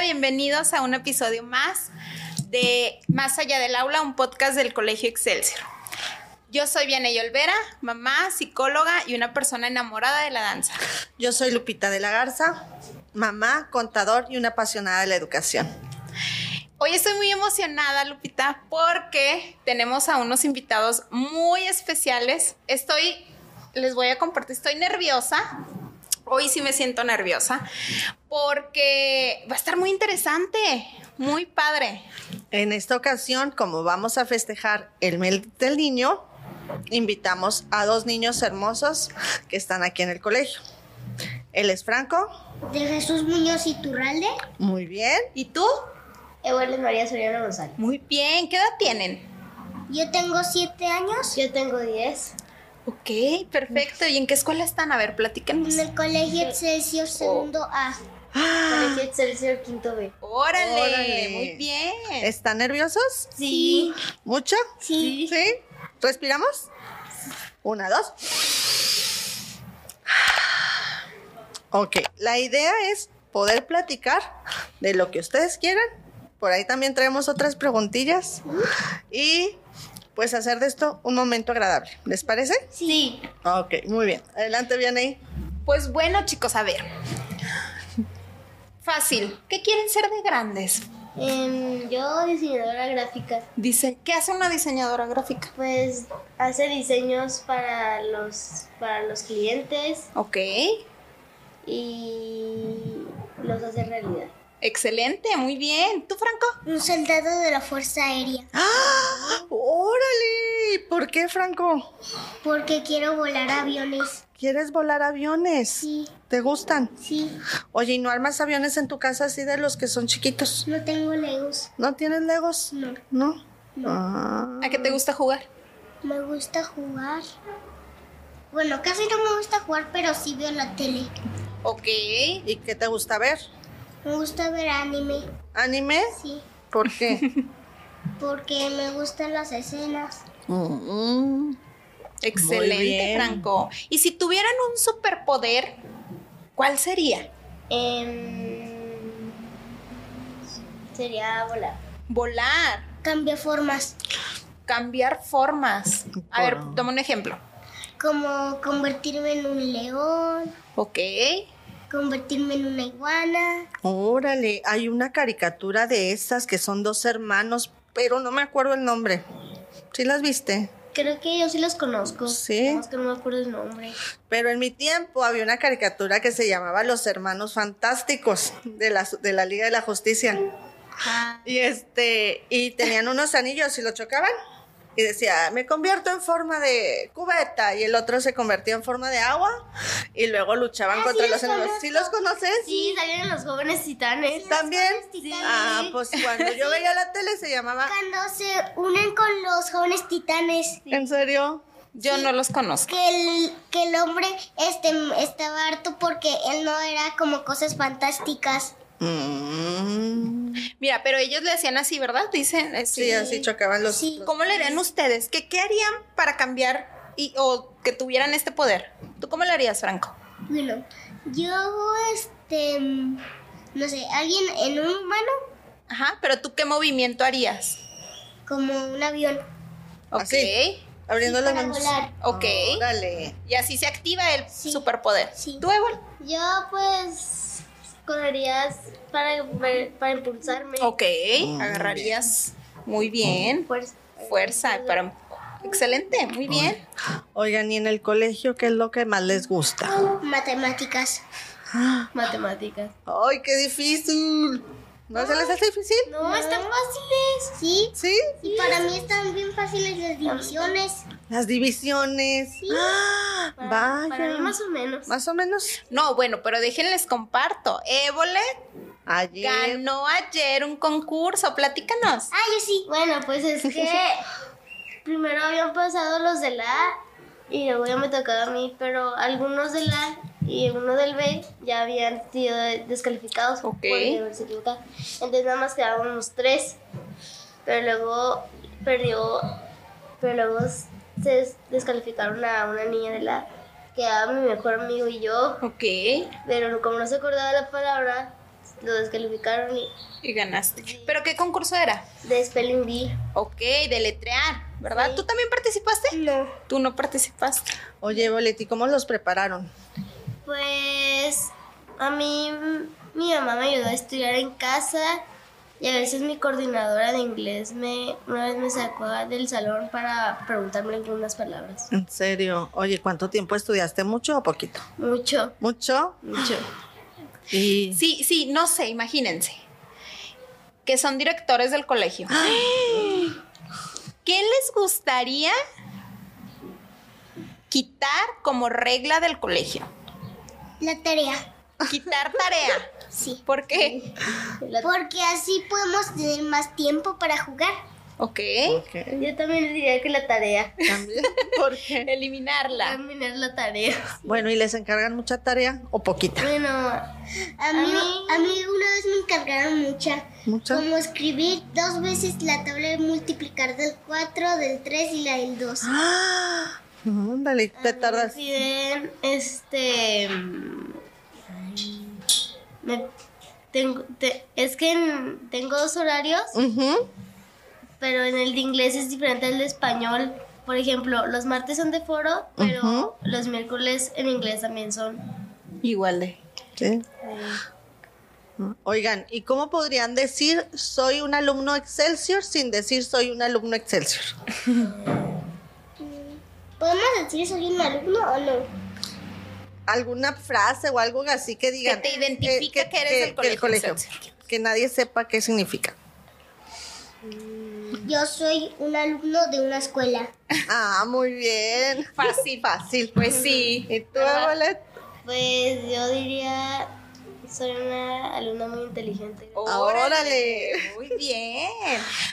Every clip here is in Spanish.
bienvenidos a un episodio más de Más allá del aula, un podcast del Colegio Excelsior. Yo soy Vianey Olvera, mamá, psicóloga y una persona enamorada de la danza. Yo soy Lupita de la Garza, mamá, contador y una apasionada de la educación. Hoy estoy muy emocionada, Lupita, porque tenemos a unos invitados muy especiales. Estoy, les voy a compartir, estoy nerviosa. Hoy sí me siento nerviosa porque va a estar muy interesante, muy padre. En esta ocasión, como vamos a festejar el mes del niño, invitamos a dos niños hermosos que están aquí en el colegio. Él es Franco, De Jesús Muñoz Iturralde. muy bien. ¿Y tú? Evelyn María Soriano González. Muy bien, ¿qué edad tienen? Yo tengo siete años. Yo tengo 10. Ok, perfecto. ¿Y en qué escuela están? A ver, platíquenos. En el colegio Excelsior segundo A. Oh. Colegio Excelsior quinto B. Órale, Órale. muy bien. ¿Están nerviosos? Sí. ¿Mucho? Sí. ¿Sí? ¿Respiramos? Una, dos. Ok, la idea es poder platicar de lo que ustedes quieran. Por ahí también traemos otras preguntillas. Y pues hacer de esto un momento agradable. ¿Les parece? Sí. Ok, muy bien. Adelante, Vianey. Pues bueno, chicos, a ver. Fácil. ¿Qué quieren ser de grandes? Em, yo diseñadora gráfica. Dice, ¿qué hace una diseñadora gráfica? Pues hace diseños para los para los clientes Ok, y los hace realidad. excelente, muy bien. ¿Tú, Franco? Un soldado de la Fuerza Aérea. ¡Ah! ¡Órale! ¿Por qué, Franco? Porque quiero volar aviones. ¿Quieres volar aviones? Sí. ¿Te gustan? Sí. Oye, ¿y no armas aviones en tu casa así de los que son chiquitos? No tengo legos. ¿No tienes legos? No. ¿No? Ah. ¿A qué te gusta jugar? Me gusta jugar. Bueno, casi no me gusta jugar, pero sí veo la tele. Ok. ¿Y qué te gusta ver? Me gusta ver anime, ¿Anime? sí, ¿Por qué? porque me gustan las escenas. Mm. Muy Excelente, bien. Franco. Y si tuvieran un superpoder, ¿cuál sería? Em, sería volar. Volar, Cambia formas, cambiar formas. A ver, Por- toma un ejemplo. como convertirme en un león, Ok. convertirme en una iguana. Órale, hay una caricatura de esas que son dos hermanos, pero no me acuerdo el nombre. ¿Sí las viste? Creo que yo sí los conozco. Sí. Nada más que no me acuerdo el nombre. Pero en mi tiempo había una caricatura que se llamaba Los Hermanos Fantásticos de la, de la Liga de la Justicia. Y este, y tenían unos anillos y lo chocaban. Y decía, me convierto en forma de cubeta. Y el otro se convertía en forma de agua. Y luego luchaban Ah, contra sí los los enemigos. conozco. ¿Sí los conoces? Sí, salieron los jóvenes titanes. ¿También? Sí. Ah, pues cuando yo veía la tele se llamaba. Cuando se unen con los jóvenes titanes. ¿En serio? Yo no los conozco. que el, que el hombre este, estaba harto porque él no era como cosas fantásticas. Mm. Mira, pero ellos le hacían así, ¿verdad? Dicen. eh, Sí, así chocaban los. Sí. los- ¿Cómo le harían ustedes? ¿Qué, qué harían para cambiar y, o que tuvieran este poder? ¿Tú cómo le harías, Franco? Bueno, yo, este, mm, no sé, alguien en un humano Ajá, pero tú qué movimiento harías? como un avión. Ok. Así. Ah. Abriendo Sí, los para manos. volar. Ok. Órale. Y así se activa el Sí. superpoder. Sí. ¿Tú, Evel? Yo, pues, correrías para, para impulsarme. Ok. Mm. Agarrarías. Muy bien. Pues, Fuerza. Para... Excelente. Muy bien. Oigan, ¿y en el colegio qué es lo que más les gusta? Matemáticas. Matemáticas. ¡Ay, qué difícil! ¿No se les hace difícil? No, están fáciles. Sí. ¿Sí? Y para mí están bien fáciles las divisiones. Las divisiones. ¡Ah! Vaya. o menos. Más o menos. No, bueno, pero déjenles comparto. Évole Eh, Ayer. ganó ayer un concurso. Platícanos. Ah, yo sí. Bueno, pues es que primero habían pasado los de la A y luego ya me tocaba a mí, pero algunos de la A y uno del B ya habían sido descalificados Ok. por haberse equivocado. Entonces nada más quedaban unos tres, pero luego perdió, pero luego se des- descalificaron a una niña de la A, que era mi mejor amigo y yo, Ok. pero como no se acordaba la palabra, lo descalificaron y Y ganaste. ¿Pero qué concurso era? de Spelling Bee. Ok, deletrear, ¿verdad? Sí. ¿Tú también participaste? No. Tú no participaste. Oye, Boletti, ¿cómo los prepararon? Pues a mí mm, mi mamá me ayudó a estudiar en casa y a veces mi coordinadora de inglés me una vez me sacó del salón para preguntarme algunas palabras. En serio. Oye, ¿cuánto tiempo estudiaste? ¿Mucho o poquito? Mucho, ¿Mucho? mucho. Y Sí, sí, no sé, imagínense. Que son directores del colegio. ¿Qué les gustaría quitar como regla del colegio? La tarea. Quitar tarea. Sí. ¿Por qué? La- Porque así podemos tener más tiempo para jugar. Ok. Ok, yo también diría que la tarea. también. ¿Por qué? Ah. Eliminarla. Terminar la tarea. Bueno, ¿y les encargan mucha tarea o poquita? Bueno, A mí, mí- a mí una vez me encargaron mucha. ¿Mucha? Como escribir dos veces la tabla de multiplicar del 4, del 3 y la del 2. ¡Ah! Ándale, te tardas. piden este mm, me- tengo te- es que en- tengo dos horarios Mm. Ujú. pero en el de inglés es diferente al de español. Por ejemplo, los martes son de foro, pero Ujú. los miércoles en inglés también son. Igual de. Sí. Oigan, ¿y cómo podrían decir soy un alumno Excelsior sin decir soy un alumno Excelsior? ¿Podemos decir soy un alumno o no? alguna frase o algo así que digan eh, Que te identifica que eres del que el colegio que nadie sepa qué significa Yo soy un alumno de una escuela. ah muy bien Fácil. fácil Pues sí. y tú ¿Verdad? Abuelet? Pues yo diría, soy una alumna muy inteligente. Órale. Muy bien.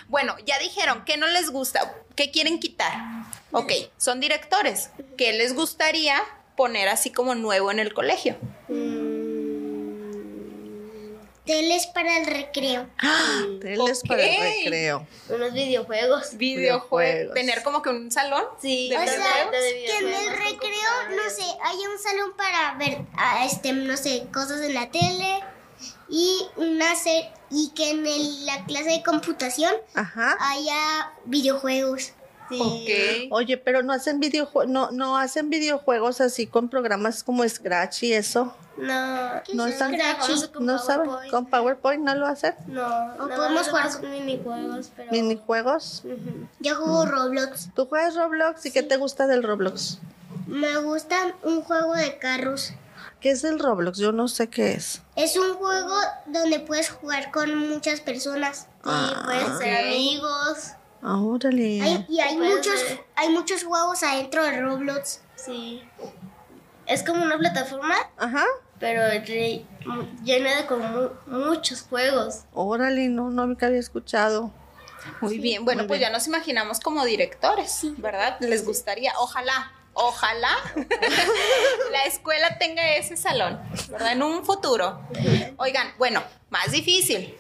Bueno, ya dijeron que no les gusta, que quieren quitar. Ok, son directores. ¿Qué les gustaría poner así como nuevo en el colegio? Mm. Teles para el recreo. teles para Ah, Ok. el recreo Unos videojuegos. Videojuegos. Videojuegos. Tener como que un salón. Sí, De O sea, videojuegos. que en el recreo, no sé, haya un salón para ver, ah, este, no sé, cosas en la tele y una se- y que en el- la clase de computación ajá haya videojuegos. Ok. oye pero no hacen videojue- no no hacen videojuegos así con programas como Scratch y eso No, no es están Scratch? Vamos con no saben PowerPoint. con PowerPoint no lo hacen no. nada más podemos jugar con minijuegos, pero... minijuegos Ujú. Yo juego Roblox. tú juegas Roblox y qué te gusta del Roblox Me gusta un juego de carros. qué es el Roblox yo no sé qué es Es un juego donde puedes jugar con muchas personas. Sí, pueden ser ok. amigos. Ah, órale Hay- y hay Puede muchos, ser. hay muchos juegos adentro de Roblox. Sí. Es como una plataforma ajá pero re- mu- llena de como mu- muchos juegos. Órale, no, no nunca había escuchado. Muy bien. Bueno, pues ya nos imaginamos como directores, ¿verdad? Les gustaría. Ojalá, ojalá la escuela tenga ese salón, ¿verdad? En un futuro. Oigan, bueno, más difícil.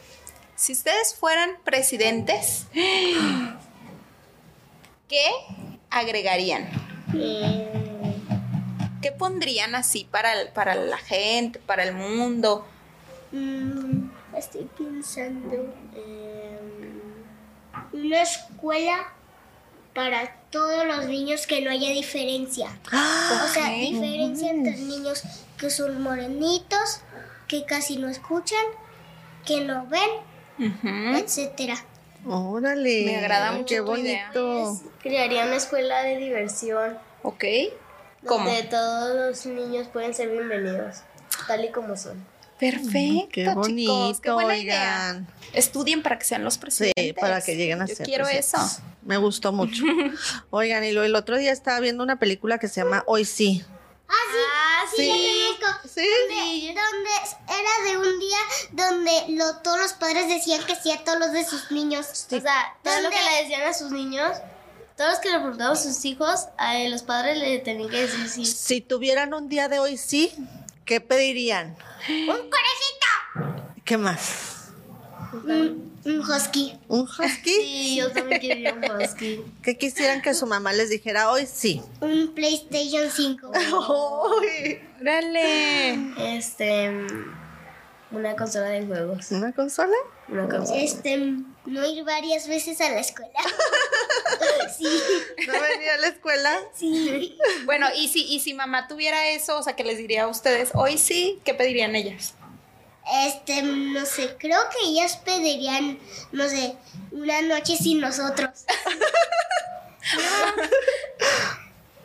Si ustedes fueran presidentes, ¿qué agregarían? Eh, ¿Qué pondrían así para, el- para la gente, para el mundo? Mm, estoy pensando. una escuela para todos los niños que no haya diferencia. ¡Ah! O sea, Ok. diferencia entre niños que son morenitos, que casi no escuchan, que no ven, Ujú. etcétera. Órale. Me agrada mucho Qué tu idea. bonito. Crearía una escuela de diversión ¿Ok? ¿Cómo? donde todos los niños pueden ser bienvenidos, tal y como son. Perfecto. Qué bonito, chicos, qué buena idea. oigan. Estudien para que sean los Sí, presidentes. para que lleguen a Yo ser quiero presidentes. eso. Me gustó mucho. Oigan, y lo, el otro día estaba viendo una película que se llama Hoy sí. Ah, sí, sí, ya conozco. Sí. Donde, donde era de un día donde lo- todos los padres decían que sí a todos los de sus niños. O sea, todo lo que ¿Dónde? le decían a sus niños, todos los que le preguntaban a sus hijos, a eh, los padres le tenían que decir sí. Si tuvieran un día de hoy sí, ¿qué pedirían? ¡Un conejito! ¿Qué más? Un, un husky. ¿Un husky? Sí, yo también quería un husky. ¿Qué quisieran que su mamá les dijera hoy sí? Un PlayStation 5. Uy. Órale. Este, mm, Una consola de juegos. ¿Una consola? Una consola. Este, no ir varias veces a la escuela. sí, No venía a la escuela. sí. Bueno, y si, y si mamá tuviera eso, o sea, que les diría a ustedes, hoy sí, ¿qué pedirían ellas? Este, no sé, creo que ellas pedirían, no sé, una noche sin nosotros.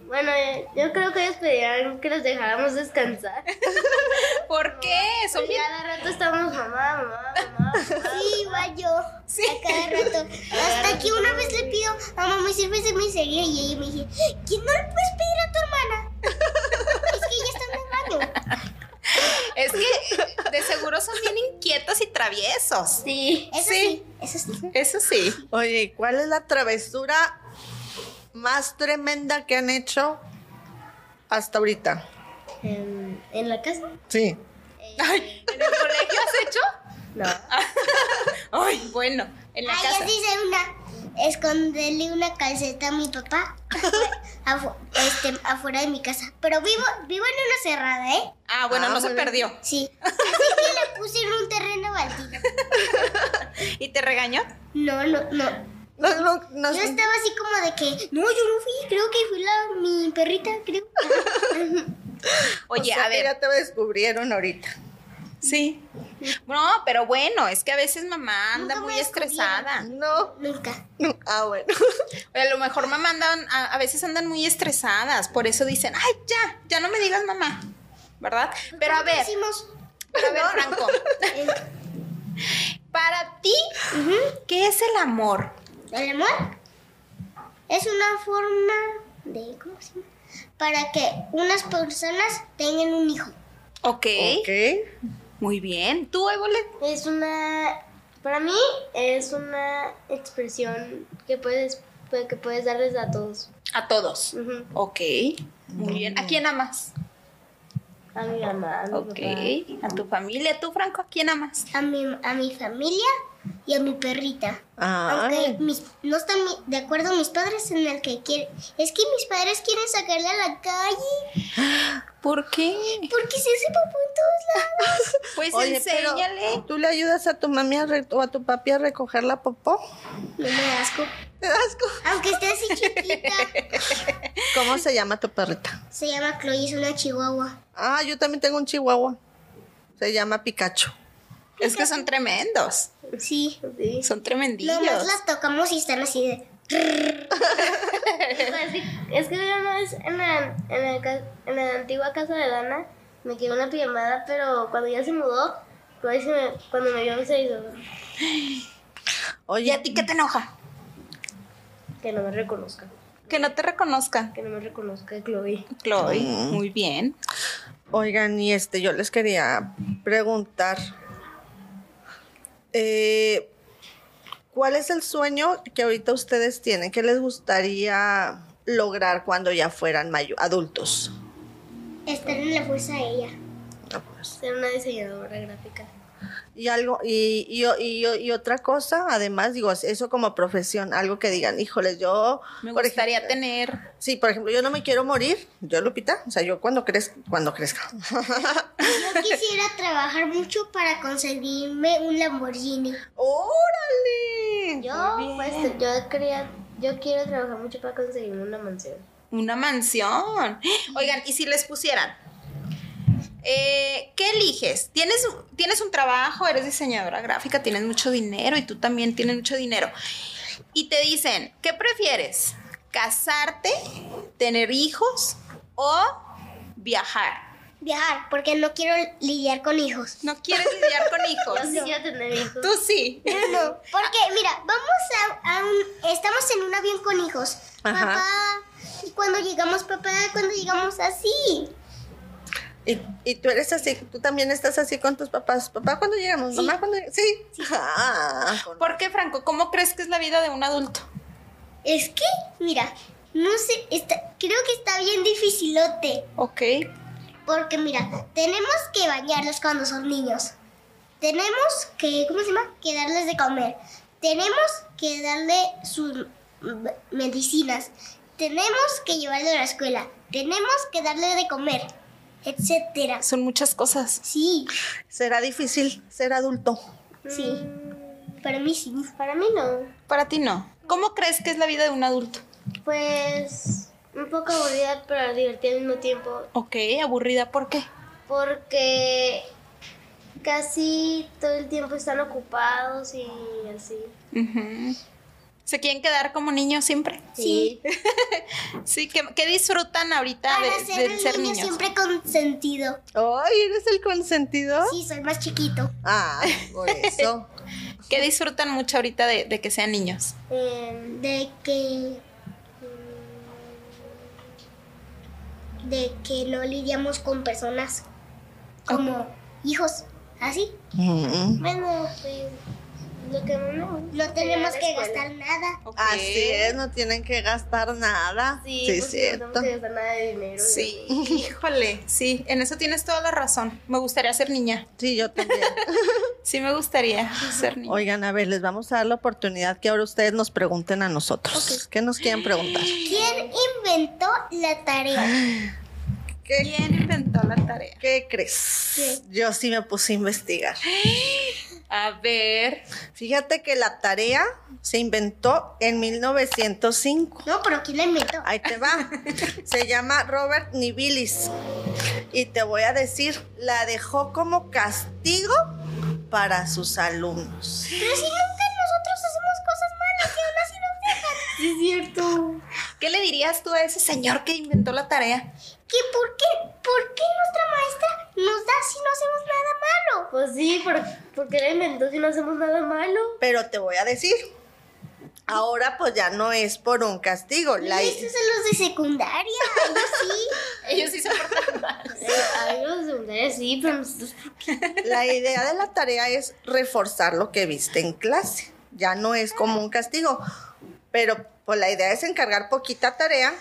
Bueno, eh, yo creo que ellos pedían que los dejáramos descansar. ¿Por qué? Son bien. Cada rato estamos mamá, mamá, mamá. Sí, igual yo. Sí. A cada rato. Hasta que una vez le pido a mamá, sirve de mi cereal? Y ella me dice, ¿quién no le puedes pedir a tu hermana? es que ella está en el baño. Es que de seguro son bien inquietos y traviesos. Sí. Eso sí, eso sí. Eso sí. Oye, ¿y ¿cuál es la travesura más tremenda que han hecho hasta ahorita? ¿En, en la casa? Sí. Eh, Ay, ¿En el colegio has hecho? No. Ay, bueno, en la Ah, casa. ya dice una. Esconderle una calceta a mi papá afu- este, afuera de mi casa. Pero vivo, vivo en una cerrada, ¿eh? Ah, bueno, Ah, no se muy bien. perdió. Sí. Así que le puse en un terreno baldío. ¿Y te regañó? No, no, no. No, no, no. Yo este- estaba así como de que, no, yo no fui, creo que fui la, mi perrita, creo. o Oye, a sea que ver. Ya te descubrieron ahorita. Sí. No, pero bueno, es que a veces mamá anda Nunca me muy descubrieron. estresada. No. Nunca. Ah, bueno. O a lo mejor mamá andan, a, a veces andan muy estresadas, por eso dicen, ay, ya, ya no me digas mamá, ¿verdad? Pero a ¿Cómo ver, Hicimos, pero a ver, Franco, eh, para ti, ¿qué es el amor? el amor es una forma de, ¿cómo se llama? Para que unas personas tengan un hijo. Ok, Ok. muy bien. ¿Tú, Évole? Es una. Para mí, es una expresión que puedes, pues, que puedes darles a todos. A todos. Mm. Ujú. Ok, muy bien. ¿A quién amas? A mi mamá, a mi Ok, papá. a tu familia. ¿Tú, Franco, a quién amas? A mi, a mi familia y a mi perrita. Ah, Aunque mis- no están mi- de acuerdo mis padres en el que quieren. Es que mis padres quieren sacarla a la calle ¿Por qué? porque se hace popó en todos lados. Pues Oye, pero, enséñale. ¿Tú le ayudas a tu mami a re- o a tu papi a recoger la popó? No me da asco. ¿Te das asco? Aunque esté así chiquita. ¿Cómo se llama tu perrita? Se llama Chloe, es una chihuahua. Ah, yo también tengo un chihuahua. Se llama Pikachu. Es que son tremendos. Sí. Sí. Son tremendillos. Nomás las tocamos y están así de. Es que- Es que yo una vez en la, en, la, ca- en la antigua casa de Dana me quedé una pijamada, pero cuando ya se mudó, pues, se me- cuando me vio se hizo ¿Y Oye, a ti qué te enoja? que no me reconozca, Que no te reconozcan. que no me reconozca Chloe. Chloe, Mm. muy bien. oigan, y este, yo les quería preguntar. eh, ¿Cuál es el sueño que ahorita ustedes tienen? ¿Qué les gustaría lograr cuando ya fueran mayo- adultos? Estar en la fuerza de ella. Ah, pues. Ser una diseñadora gráfica. Y algo, y, y, y- y- y otra cosa, además, digo, eso como profesión, algo que digan, híjoles, yo Me por gustaría ejemplo, tener. Sí, por ejemplo, yo no me quiero morir, yo Lupita, o sea, yo cuando crezca, cuando crezca. Yo quisiera trabajar mucho para conseguirme un Lamborghini. ¡Órale! Yo, Muy bien. pues, yo quería, yo quiero trabajar mucho para conseguirme una mansión. Una mansión. Oigan, y si les pusieran. eh, ¿Qué eliges? ¿Tienes, tienes un trabajo, eres diseñadora gráfica, tienes mucho dinero y tú también tienes mucho dinero. Y te dicen, ¿qué prefieres? ¿Casarte, tener hijos o viajar? Viajar, porque no quiero lidiar con hijos. No quieres lidiar con Yo sí hijos. quiero tener hijos. Tú sí. No, porque mira, vamos a, a un- Estamos en un avión con hijos. Ajá. Papá. Y cuando llegamos, papá, cuando llegamos así. Y, y tú eres así, tú también estás así con tus papás. Papá, ¿cuándo llegamos? Mamá, ¿cuándo llegamos? Sí. Ah, con- ¿Por qué, Franco? ¿Cómo crees que es la vida de un adulto? Es que, mira, no sé, está- creo que está bien dificilote. Ok. Porque mira, tenemos que bañarlos cuando son niños. Tenemos que, ¿cómo se llama? Que darles de comer. Tenemos que darle sus mm, medicinas. Tenemos que llevarlo a la escuela. Tenemos que darle de comer. etcétera. Son muchas cosas. Sí, Será difícil ser adulto. sí. Mm. Para mí sí. Ah, Para mí no. Para ti no. ¿Cómo crees que es la vida de un adulto? Pues un poco aburrida, pero divertida al mismo tiempo. Ok, aburrida, ¿por qué? Porque casi todo el tiempo están ocupados y así. Ujú. ¿Se quieren quedar como niños siempre? Sí. Sí, ¿qué, qué disfrutan ahorita Para de, ser de el ser niño niños? siempre consentido. ¡Ay, eres el consentido! ¿Ah? Sí, soy más chiquito. Ah, por eso. ¿Qué disfrutan mucho ahorita de, de que sean niños? Em, De que. mm, De que no lidiamos con personas como hijos. Así. Mm. bueno, pues lo que más me gusta. No tenemos la que escuela. gastar nada. Ok. Así es, no tienen que gastar nada. Sí, Sí, porque no cierto. tenemos que gastar nada de dinero. Sí, híjole, sí, en eso tienes toda la razón. Me gustaría ser niña. Sí, yo también. Sí, me gustaría ser niña. Oigan, a ver, les vamos a dar la oportunidad que ahora ustedes nos pregunten a nosotros. ¿Qué nos quieren preguntar? ¿Quién inventó la tarea? ¿Qué, ¿Quién inventó la tarea? qué crees? Yo sí me puse a investigar. A ver. Fíjate que la tarea se inventó en 1905. No, pero ¿quién la inventó? Ahí te va. Se llama Robert Nibilis. Y te voy a decir, la dejó como castigo para sus alumnos. Pero si nunca nosotros hacemos cosas malas y aún así nos dejan. es cierto. ¿Qué le dirías tú a ese señor que inventó la tarea? ¿Que por, qué, ¿Por qué nuestra maestra nos da si no hacemos nada malo? Pues sí, pero ¿por qué la inventó si no hacemos nada malo? Pero te voy a decir, ahora pues ya no es por un castigo. La, Y estos son los de secundaria. Ellos sí. Ellos sí se portan mal. Eh, a mí los secundarios sí, pero nosotros la idea de la tarea es reforzar lo que viste en clase. Ya no es como un castigo. Pero pues la idea es encargar poquita tarea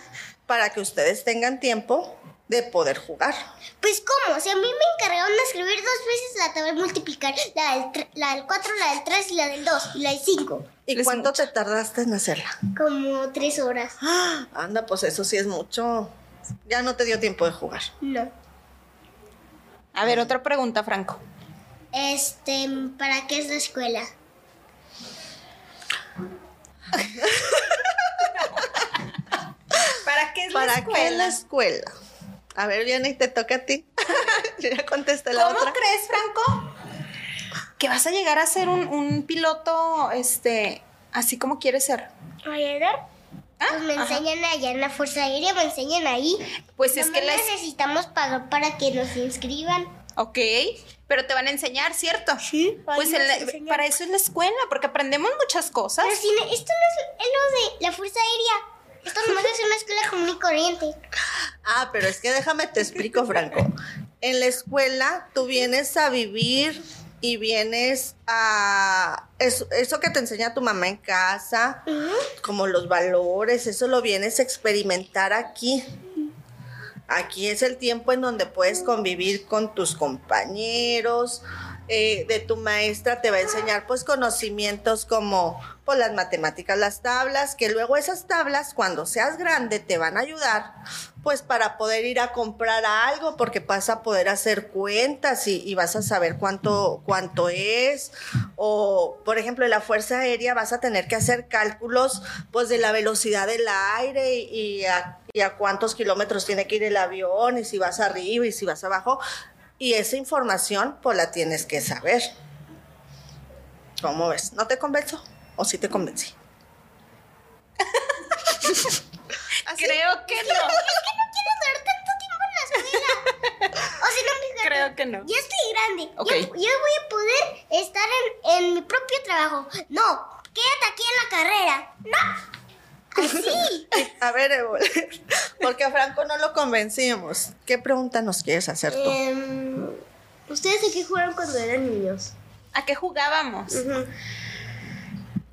para que ustedes tengan tiempo de poder jugar. Pues cómo, si a mí me encargaron de escribir dos veces la tabla de multiplicar, la del, tre- la del 4, la del 3 y la del 2 y la del 5, ¿Y Es cuánto te tardaste en hacerla? como tres horas. ¡Ah! Anda, pues eso sí es mucho. Ya no te dio tiempo de jugar. No. A ver, otra pregunta, Franco. Este, ¿para qué es la escuela? ¿Para qué es la ¿Para qué escuela? la escuela? A ver, Vianney, te toca a ti. Yo ya contesté la ¿Cómo otra. crees, Franco? Que vas a llegar a ser un, un piloto, este, así como quieres ser. ¿Aviador? Pues me enseñan allá en la Fuerza Aérea, me enseñan ahí. Pues es Nomás que la es... necesitamos pagar para que nos inscriban. Ok, pero te van a enseñar, ¿cierto? Sí. Pues Ahí en la- nos enseñan. para eso es la escuela, porque aprendemos muchas cosas. Pero si no- esto no es, es lo de la Fuerza Aérea. Esto nomás es una escuela común y corriente. Ah, pero es que déjame te explico, Franco. En la escuela tú vienes a vivir y vienes a eso, eso que te enseña tu mamá en casa, como los valores, eso lo vienes a experimentar aquí. Aquí es el tiempo en donde puedes convivir con tus compañeros. eh, de tu maestra te va a enseñar pues conocimientos como pues, las matemáticas, las tablas, que luego esas tablas cuando seas grande te van a ayudar pues para poder ir a comprar algo porque vas a poder hacer cuentas y, y vas a saber cuánto, cuánto es. O por ejemplo en la Fuerza Aérea vas a tener que hacer cálculos pues de la velocidad del aire y, y a, y a cuántos kilómetros tiene que ir el avión y si vas arriba y si vas abajo. Y esa información, pues la tienes que saber. ¿Cómo ves? ¿No te convenzo? ¿O sí te convencí? Así. Creo que no, que no quiero durar tanto tiempo en la escuela. O sea, no pues, me creo que no. Yo estoy grande. Yo- Ok. Yo, voy a poder estar en, en mi propio trabajo. No, quédate aquí en la carrera. No. Así. A ver, Evo, porque a Franco no lo convencimos. ¿Qué pregunta nos quieres hacer tú? Em, ¿Ustedes de qué jugaron cuando eran niños? ¿A qué jugábamos?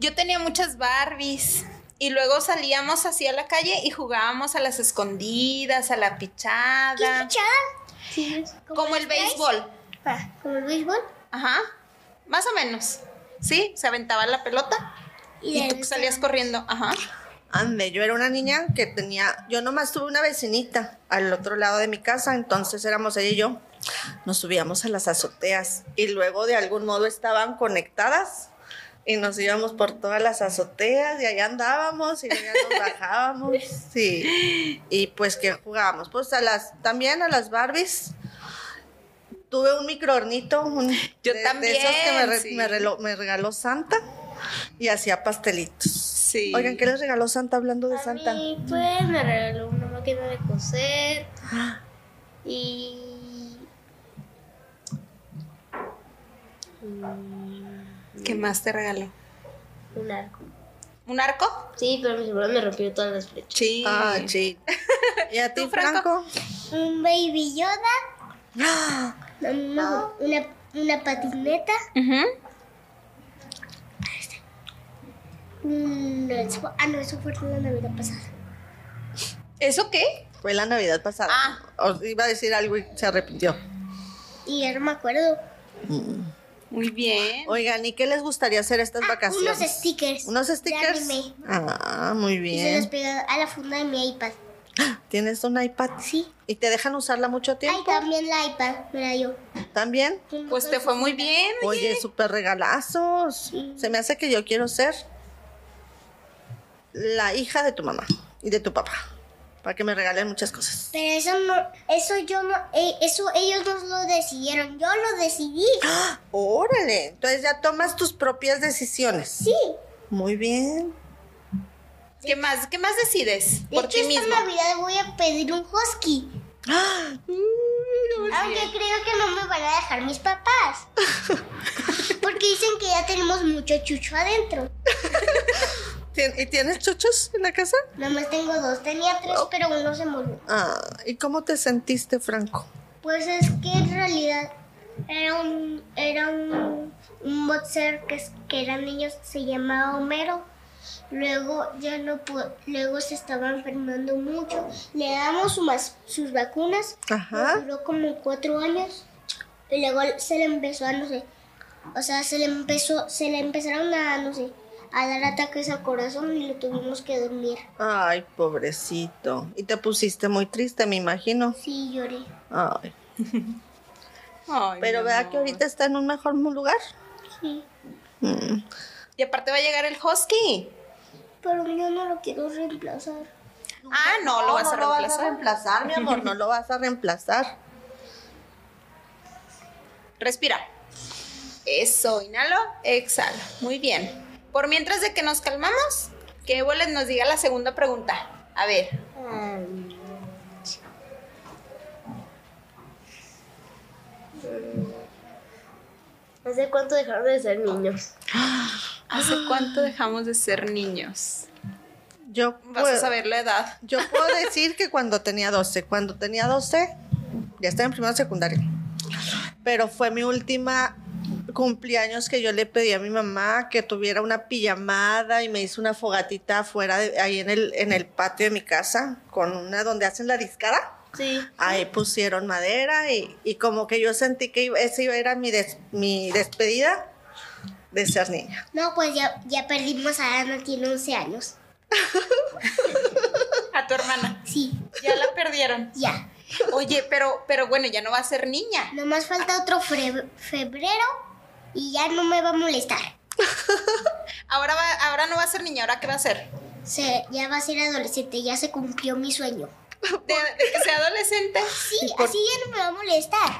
Yo tenía muchas Barbies. Y luego salíamos así a la calle y jugábamos a las escondidas, a la ¿Qué pichada, escuchaba? como el Sprite? béisbol. Ah, Como el béisbol. Ajá, más o menos. Sí, se aventaba la pelota y, de tú los salías que- corriendo. Ajá. Ande, yo era una niña que tenía, yo nomás tuve una vecinita al otro lado de mi casa, entonces éramos ella y yo. Nos subíamos a las azoteas y luego de algún modo estaban conectadas y nos íbamos por todas las azoteas y allá andábamos y allá nos bajábamos. Sí. Y pues que jugábamos, pues a las también a las Barbies. Tuve un microornito, un, Yo de- de, también, esos que me, re- sí. me relo- me regaló Santa y hacía pastelitos. Sí. Oigan, ¿qué les regaló Santa hablando de A Santa? mí, pues, me regaló una máquina de coser. Ah, Y. ¿Qué más te regaló? Un arco. ¿Un arco? Sí, pero mi sobrino me rompió todas las flechas. Sí. Ah, sí. ¿Y a ti, ¿Tú, Franco? Franco? Un baby Yoda, Ah, una, una- una patineta, Ujú. un... eso- Ah, no, eso fue la Navidad pasada. ¿Eso qué? Fue la Navidad pasada. Ah. Os iba a decir algo y se arrepintió. Y ya no me acuerdo. Muy bien. Oigan, ¿y qué les gustaría hacer estas Mm. Ah, vacaciones? unos stickers. ¿Unos de stickers? anime. Ah, muy Y se bien. los pegué a la funda de mi iPad. ¿Tienes un iPad? Sí. ¿Y te dejan usarla mucho Ay, tiempo? también la iPad, mira yo. ¿También? Pues te fue muy bien. Oye, súper regalazos. Se me hace que yo quiero ser la hija de tu mamá y de tu papá. Para que me regalen muchas cosas. Pero eso no, eso yo no, eh, eso ellos no lo decidieron, yo lo decidí. ¡Ah! Órale, entonces ya tomas tus propias decisiones. Sí. Muy bien. ¿Qué más? ¿Qué más decides? De Por hecho, ti esta mismo. ¡Ah! Navidad voy a pedir un husky. Aunque creo que no me van a dejar mis papás. Porque dicen que ya tenemos mucho chucho adentro. Tien- ¿Y tienes chuchos en la casa? Nomás tengo dos, tenía tres, Oh. pero uno se murió. Ah, ¿Y cómo te sentiste, Franco? Pues es que en realidad era un era un, un boxer que, es- que eran niños, se llamaba Homero. Luego ya no pu- luego se estaba enfermando mucho. Le damos su mas- sus vacunas. Ajá. pero Duró como cuatro años. Y luego se le empezó a no sé. O sea, se le empezó, se le empezaron a no sé, a dar ataques al corazón y lo tuvimos que dormir. Ay, pobrecito. Y te pusiste muy triste, me imagino. Sí, lloré. Ay. Ay, Pero mi vea amor. que ahorita está en un mejor lugar. Sí. Mm. Y aparte va a llegar el husky. Pero yo no lo quiero reemplazar. Ah, no, lo vas a no reemplazar. reemplazar, mi amor, no lo vas a reemplazar. Respira. Eso, inhalo, exhalo. Muy bien. Por mientras de que nos calmamos, que Evolet nos diga la segunda pregunta. A ver, No sé cuánto dejaron de ser niños. ¿hace cuánto dejamos de ser niños? Yo Vas a puedo- saber la edad. Yo puedo decir que cuando tenía 12, cuando tenía 12, ya estaba en primero de secundaria. Pero fue mi última cumpleaños que yo le pedí a mi mamá que tuviera una pijamada y me hizo una fogatita afuera, de- ahí en el, en el patio de mi casa, con una donde hacen la discada. Sí. Ahí pusieron madera y, y como que yo sentí que iba- esa iba- era mi, des- mi despedida de ser niña. No, pues ya, ya perdimos a Ana, tiene 11 años. A tu hermana. Sí, Ya la perdieron. ya. Oye, pero, pero bueno, ya no va a ser niña. Nomás falta otro fre- febrero y ya no me va a molestar. Ahora, va, ahora no va a ser niña, ¿ahora qué va a ser? Se, ya va a ser adolescente, ya se cumplió mi sueño. De, de que sea adolescente. Sí, así ya no me va a molestar.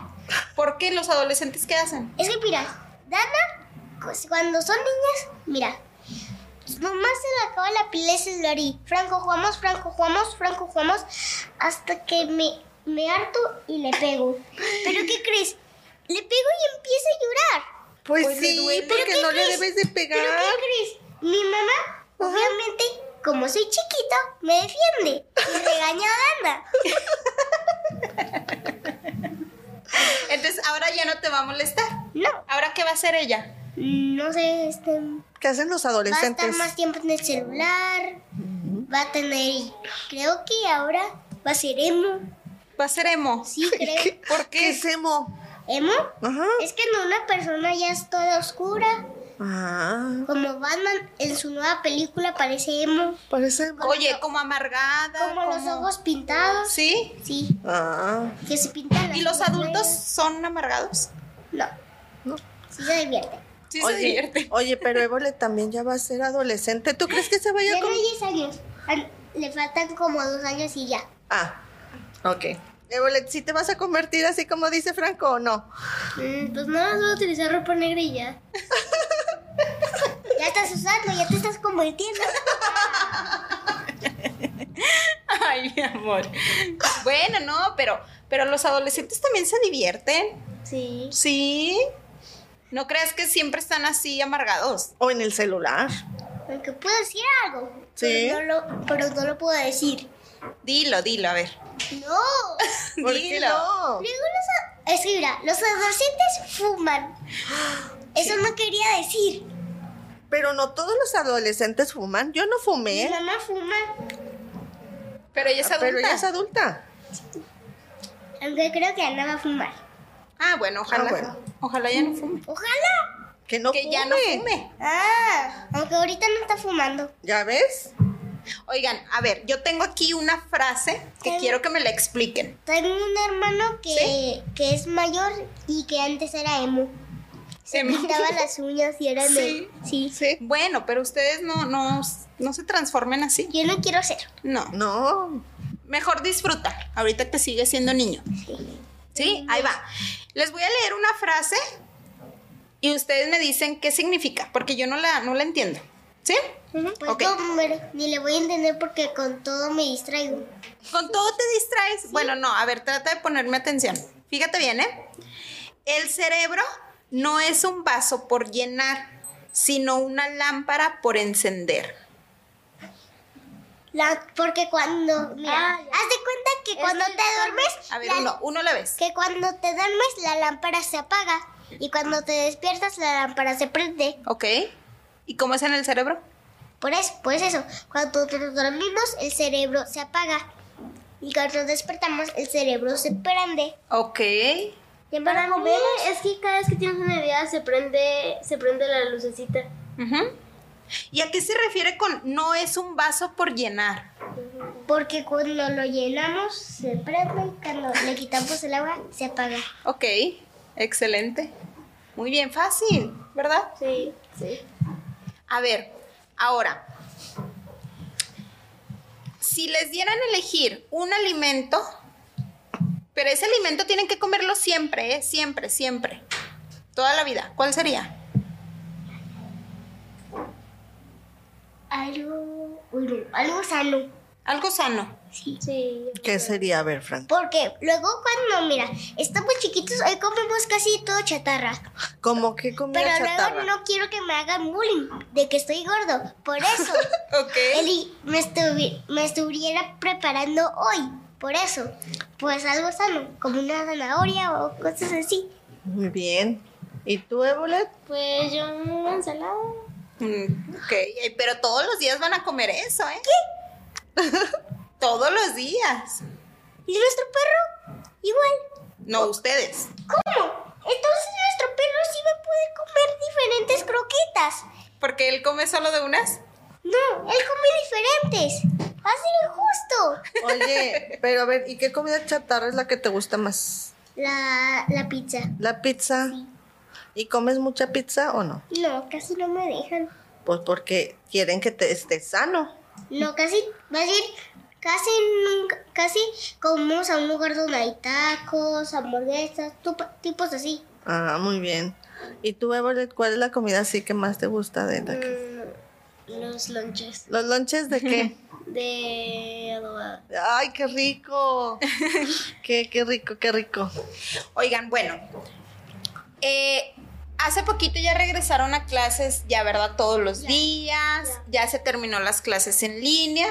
¿Por qué los adolescentes qué hacen? Es que mira, Dana, cu- cuando son niñas, mira, pues nomás se le acaba la pila y celular y Franco jugamos, Franco jugamos, Franco jugamos, hasta que me, me harto y le pego. ¿Pero qué crees? Le pego y empieza a llorar. Pues, Pues le sí, duele. porque ¿Pero no qué le crees? debes de pegar. ¿Pero qué crees? Mi mamá, obviamente, como soy chiquita, me defiende y regaña a Dana. Entonces, ahora ya no te va a molestar. No, ¿Ahora qué va a hacer ella? no sé, este, ¿Qué hacen los va a estar adolescentes? más tiempo en el celular, va a tener, creo que ahora va a ser emo, Va a ser emo. sí creo. ¿Por ¿Qué qué? es emo? ¿Emo? Ajá. Es que no, una persona ya es toda oscura, Ah, Como Batman en su nueva película parece emo. parece. Oye, como amargada. Como los ojos pintados. Sí. Sí, Ah, que se pintan. las ¿Y los uñas adultos negras. son amargados? No. No. Sí se divierte. Sí, oye, se divierte. Oye, pero Évole también ya va a ser adolescente. ¿Tú crees que se vaya Tiene con.? 10 años. Al- Le faltan como dos años y ya. Ah, ok. Évole, ¿sí te vas a convertir así como dice Franco o no? Mm, pues nada más voy a utilizar ropa negra y ya. Ya estás usando, ya te estás convirtiendo. Ay, mi amor. Bueno, no, pero, pero los adolescentes también se divierten. Sí. Sí. No creas que siempre están así amargados. O en el celular. Aunque puedo decir algo. Sí. Pero no lo, pero no lo puedo decir. Dilo, dilo, a ver. No. ¿Por qué no? Luego los a- es que mira, los adolescentes fuman. Eso no quería decir. Pero no todos los adolescentes fuman. Yo no Mi fumé. Ah, mamá fuma. Pero ella es adulta. Pero ella es adulta. Aunque creo que Ana va a fumar. Ah, bueno, ojalá. Ah, bueno. Ojalá ya no fume. Ojalá. Que no que fume. ya no fume. Ah, aunque ahorita no está fumando. ¿Ya ves? Oigan, a ver, yo tengo aquí una frase que Ay. quiero que me la expliquen. Tengo un hermano que, que es mayor y que antes era emo. Se Emo. pintaba las uñas y era emo. Sí. Sí. Sí. Bueno, pero ustedes no, no, no se transformen así. Yo no quiero ser. No. No. Mejor disfruta. Ahorita que sigue siendo niño. Sí. ¿Sí? Ahí va. Les voy a leer una frase y ustedes me dicen qué significa, porque yo no la, no la entiendo. ¿Sí? Pues Ok. no, hombre, ni le voy a entender porque con todo me distraigo. Con todo te distraes. Bueno, no, a ver, trata de ponerme atención. Fíjate bien, ¿eh? El cerebro no es un vaso por llenar, sino una lámpara por encender. La- porque cuando, mira, Ah, haz de ya. cuenta que Es cuando que te el- duermes, A ver, la- uno, uno a la vez. que cuando te duermes la lámpara se apaga y cuando te despiertas la lámpara se prende. ¿Ok? ¿Y cómo es en el cerebro? Por eso, pues eso, cuando nos dormimos el cerebro se apaga y cuando nos despertamos el cerebro se prende. Ok. Y en Para verdad mí comemos. es que cada vez que tienes una idea se prende, se prende la lucecita. Ujú. ¿Y a qué se refiere con no es un vaso por llenar? porque cuando lo llenamos se prende y cuando le quitamos el agua se apaga. Ok, excelente. Muy bien, fácil, ¿verdad? Sí, sí. A ver, ahora, si les dieran a elegir un alimento, pero ese alimento tienen que comerlo siempre, ¿eh? siempre, siempre, toda la vida, ¿cuál sería? Algo, bueno, algo sano. Algo sano. Sí. ¿Qué sería? A ver, Franco. Porque luego cuando, mira, estamos chiquitos, hoy comemos casi todo chatarra. Como que comida Pero chatarra. luego no quiero que me hagan bullying de que estoy gordo. Por eso, Ok. Eli me, estuvi- me estuviera preparando hoy. Por eso, pues algo sano, como una zanahoria o cosas así. Muy bien. ¿Y tú, Ébolet? Pues yo una ensalada. Mm, ok, eh, pero todos los días van a comer eso, ¿eh? todos los días. ¿Y nuestro perro? Igual. No ustedes. ¿Cómo? Entonces nuestro perro sí va a poder comer diferentes croquetas. Porque él come solo de unas. No, él come diferentes. Va a ser injusto. Oye, pero a ver, ¿y qué comida chatarra es la que te gusta más? La, la pizza. ¿La pizza? ¿Y comes mucha pizza o no? No, casi no me dejan. Pues porque quieren que te estés sano. No, casi, más bien, casi nunca, casi comemos a un lugar donde hay tacos, hamburguesas, tupa- tipos así. Ah, muy bien. ¿Y tú, Ébolet, cuál es la comida así que más te gusta de la que- Mm, Los lonches ¿Los lonches de qué? de adobada. ¡Ay, qué rico! qué, qué rico, qué rico! Oigan, bueno, eh, hace poquito ya regresaron a clases, ya, ¿verdad? Todos los días, ya. se terminó las clases en línea,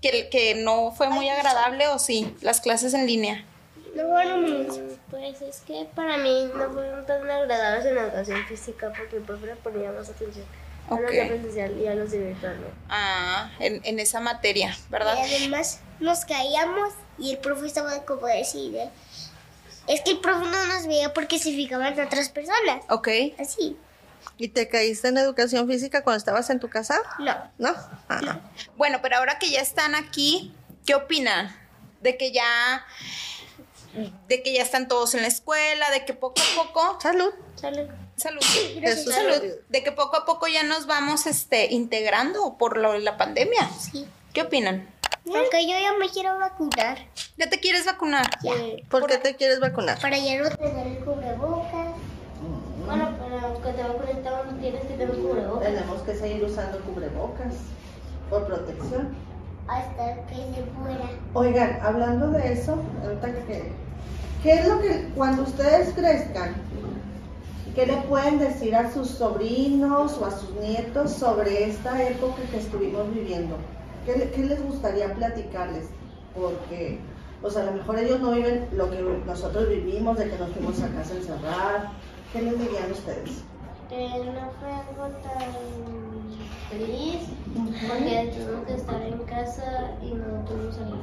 que, que no fue muy agradable, ¿o sí? Las clases en línea. No, bueno, no. Pues es que para mí no fueron tan agradables en la educación física porque el profe le ponía más atención a los Ok. de presencial y a los de virtual. ¿no? Ah, en, en esa materia, ¿verdad? Y además nos caíamos y el profe estaba como decir, eh, es que el profe no nos veía porque se fijaban otras personas. Ok. Así. ¿Y te caíste en educación física cuando estabas en tu casa? No. ¿No? Ah, Bueno, pero ahora que ya están aquí, ¿qué opinan? De que ya de que ya están todos en la escuela, de que poco a poco, Salud. Sale. salud, Gracias. Jesús. salud, de que poco a poco ya nos vamos este integrando por lo de la pandemia. Sí. ¿Qué opinan? Porque yo ya me quiero vacunar. ¿Ya te quieres vacunar? Ya. ¿Por qué te quieres vacunar? Para ya no tener el cubrebocas. Bueno, pero que te vacunen, no tienes que tener cubrebocas. Tenemos que seguir usando cubrebocas por protección. Hasta que se fuera. Oigan, hablando de eso, ahorita que- ¿qué es lo que cuando ustedes crezcan, qué le pueden decir a sus sobrinos o a sus nietos sobre esta época que estuvimos viviendo? ¿Qué, le- qué les gustaría platicarles? Porque, o sea, a lo mejor ellos no viven lo que nosotros vivimos, de que nos fuimos a casa a encerrar. ¿Qué les dirían ustedes? Pero no fue algo tan feliz. Porque tuvimos que estar en casa y no pudimos salir.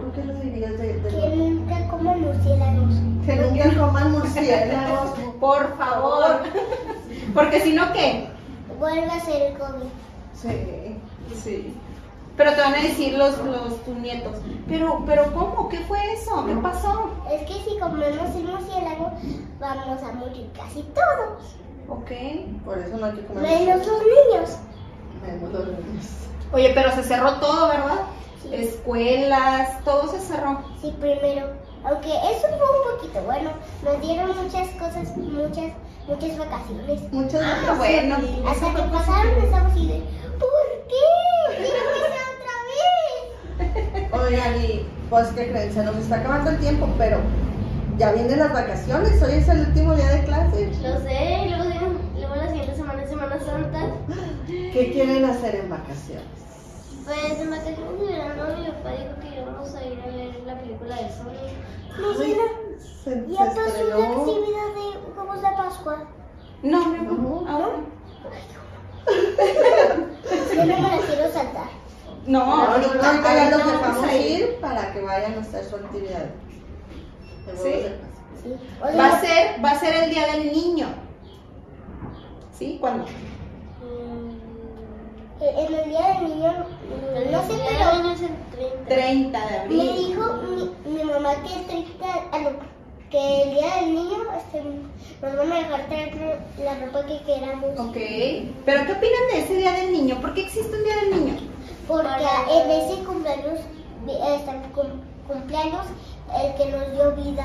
¿Tú qué les dirías de, de Que lo- nunca como murciélagos. que nunca coman murciélagos? Por favor. Porque si no qué? Vuelve a ser el COVID. Sí, sí. Pero te van a decir los, los tus nietos. Pero pero ¿cómo? ¿Qué fue eso? ¿Qué pasó? Es que si comemos el murciélago, vamos a morir casi todos. Ok. Por eso no hay que comer Menos los niños. Menos los niños. Oye, pero se cerró todo, ¿verdad? Sí. Escuelas, todo se cerró. Sí, primero. Aunque eso fue un poquito bueno. Nos dieron muchas cosas, muchas, muchas vacaciones. Muchas Ah, bueno. Hasta que pasaron estamos así de, ¿por qué? Quiero que sea otra vez. Oigan, y pues que creen, se nos está acabando el tiempo, pero ya vienen las vacaciones, hoy es el último día de clases. Lo sé, y luego, viene- luego la siguiente semana es Semana Santa. ¿Qué quieren hacer en vacaciones? Pues en vacaciones de verano mi papá dijo que íbamos a ir a ver la película de Sonic. Se, se Y pasó una estrenó. actividad de huevos de Pascua. No, no, no. ahora. Yo no me la quiero saltar. No, Ahorita ahorita ya ahorita los vamos dejamos a ir. ir para que vayan a hacer su actividad. De huevos Sí. de Pascua. Sí. O sea, Va a ser, va a ser el día del niño. ¿Sí? ¿Cuándo? mm, en el día del niño, mm, no sé, pero El año es el 30. 30 de Me dijo mi, mi mamá que es 30, ah, no, que el día del niño este, nos van a dejar traer la ropa que queramos. Ok. ¿Pero qué opinan de ese día del niño? ¿Por qué existe un día del niño? Porque Para- en ese cumpleaños, eh, este, cum- cumpleaños, el que nos dio vida.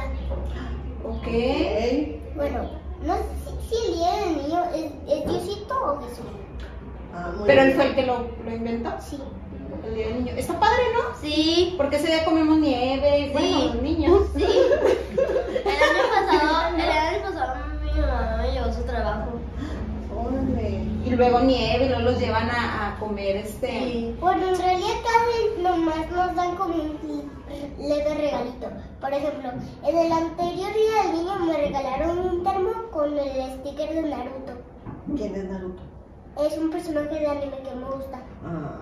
Ok. Ey, Bueno, no sé si, si el día del niño es, es Diosito o Jesús. ah, muy Pero él bien. fue el que lo, lo inventó. Sí. El día del niño. Está padre, ¿no? Sí, Porque ese día comemos nieve. y Bueno, Sí. los niños. sí. El año pasado, el año pasado mi mamá me llevó a su trabajo. Órale. Y luego nieve, y luego los llevan a, a comer este. Bueno, en realidad casi nomás nos dan como un leve regalito. Por ejemplo, en el anterior día del niño me regalaron un termo con el sticker de Naruto. ¿Quién es Naruto? Es un personaje de anime que me gusta. Ah,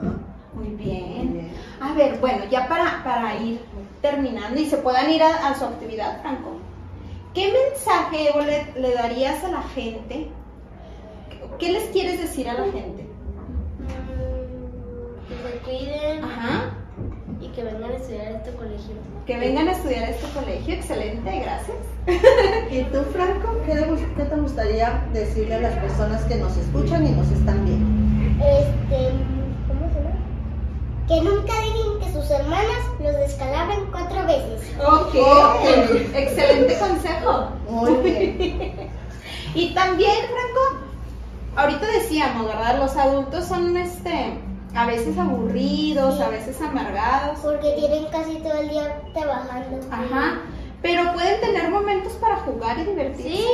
Muy muy bien. bien. A ver, bueno, ya para, para ir terminando y se puedan ir a, a su actividad, Franco. ¿Qué mensaje Evo, le, le darías a la gente? ¿Qué les quieres decir a la gente? Mm, Que se cuiden Ajá. y que vengan a estudiar a este colegio. Que vengan a estudiar a este colegio. Excelente, gracias. ¿Y tú, Franco, qué, le gust- qué te gustaría decirle a las personas que nos escuchan y nos están viendo? Este, ¿cómo se llama? Que nunca dejen que sus hermanas los descalabren cuatro veces. Ok. Ok. Excelente consejo. Muy bien. Y también, Franco, ahorita decíamos, ¿verdad? Los adultos son este a veces aburridos, a veces amargados. Porque tienen casi todo el día trabajando. Ajá. Pero pueden tener momentos para jugar y divertirse. Sí,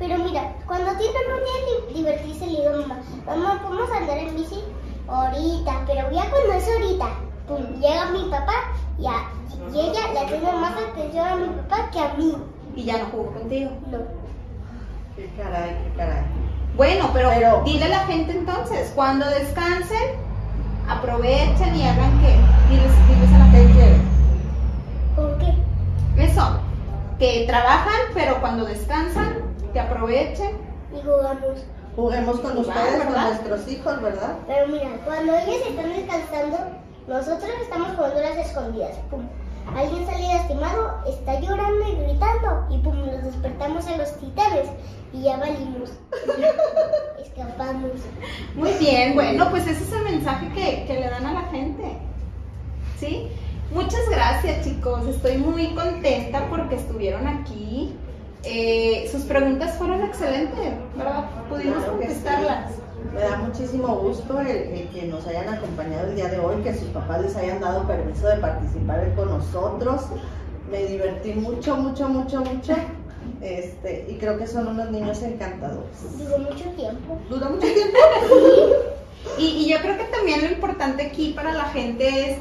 pero mira, cuando tienen un día di- divertirse, le digo a mamá, mamá, ¿podemos andar en bici? Ahorita, pero ya cuando es ahorita, pum, llega mi papá y, a- y ella le tiene más atención a mi papá que a mí. Y ya no jugó contigo. No. Qué caray, qué caray. Bueno, pero, Pero- dile a la gente entonces, cuando descansen, aprovechen y hagan que. Diles, diles a la ¿Qué gente. quieres? ¿Por qué? Eso, que trabajan, pero cuando descansan, que aprovechen y jugamos. Juguemos con ustedes, con nuestros hijos, ¿verdad? Pero mira, cuando ellos están descansando, nosotros estamos jugando las escondidas. Pum. Alguien sale lastimado, está llorando y gritando. Y pum, nos despertamos a los titanes. Y ya valimos. Escapamos. Muy bien, bueno, pues ese es el mensaje que, que le dan a la gente. ¿Sí? Muchas gracias, chicos. Estoy muy contenta porque estuvieron aquí. Eh, sus preguntas fueron excelentes, ¿verdad? Pudimos Claro que sí. contestarlas. Me da muchísimo gusto el, el que nos hayan acompañado el día de hoy, que sus papás les hayan dado permiso de participar con nosotros. Me divertí mucho, mucho, mucho, mucho. Este, y creo que son unos niños encantadores. Duró mucho tiempo. Dura mucho tiempo. Y, y yo creo que también lo importante aquí para la gente es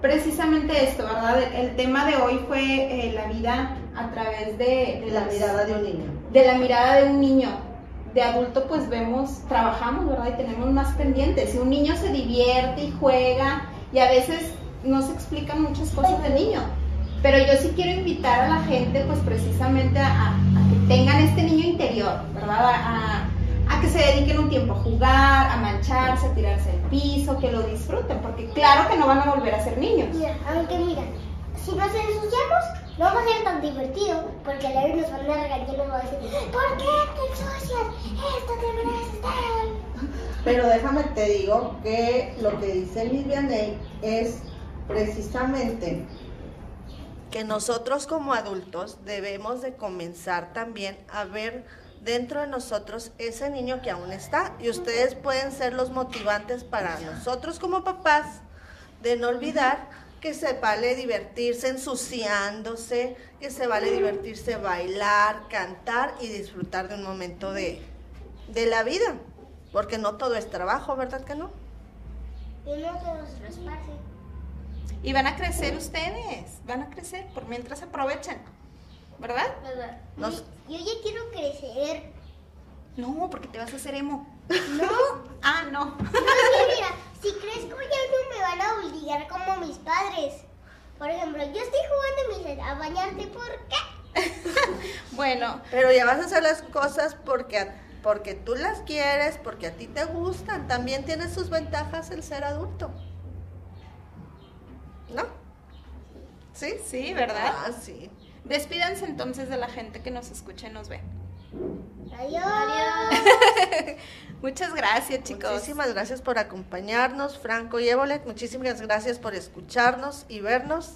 precisamente esto, ¿verdad? El, el tema de hoy fue eh, la vida a través de, de La las- mirada de un niño. de la mirada de un niño. De adulto pues vemos, trabajamos, ¿verdad? Y tenemos más pendientes. Si un niño se divierte y juega y a veces no se explican muchas cosas del niño. Pero yo sí quiero invitar a la gente pues precisamente a, a- a que tengan este niño interior, ¿verdad? A, a- a que se dediquen un tiempo a jugar, a mancharse, a tirarse al piso, que lo disfruten, porque claro que no van a volver a ser niños. Mira, aunque mira, si nos ensuciamos, no va a ser tan divertido, porque la vez nos van a regañar y nos va a decir, ¿por qué te ensucias? Esto te merece tal". Pero déjame te digo que lo que dice Livianey es precisamente que nosotros como adultos debemos de comenzar también a ver dentro de nosotros ese niño que aún está y ustedes pueden ser los motivantes para nosotros como papás de no olvidar que se vale divertirse ensuciándose, que se vale divertirse bailar, cantar y disfrutar de un momento de, de la vida, porque no todo es trabajo, ¿verdad que no? Y uno de nuestro espacio. Y van a crecer ustedes, van a crecer, por mientras aprovechen, ¿verdad? ¿Verdad? Nos- Yo ya quiero crecer. No, porque te vas a hacer emo. No. ah, no. No, es que mira, si crezco ya no me van a obligar como mis padres. Por ejemplo, yo estoy jugando me dicen, a bañarte, ¿por qué? Bueno, Pero ya vas a hacer las cosas porque, a- porque tú las quieres, porque a ti te gustan. También tiene sus ventajas el ser adulto. ¿No? ¿Sí? sí, ¿verdad? Ah, sí. Despídanse entonces de la gente que nos escucha y nos ve. Adiós. Adiós. Muchas gracias, chicos. Muchísimas gracias por acompañarnos, Franco y Evolet. Muchísimas gracias por escucharnos y vernos.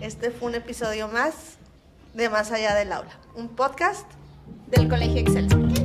Este fue un episodio más de Más Allá del Aula, un podcast Del Colegio Excelsior.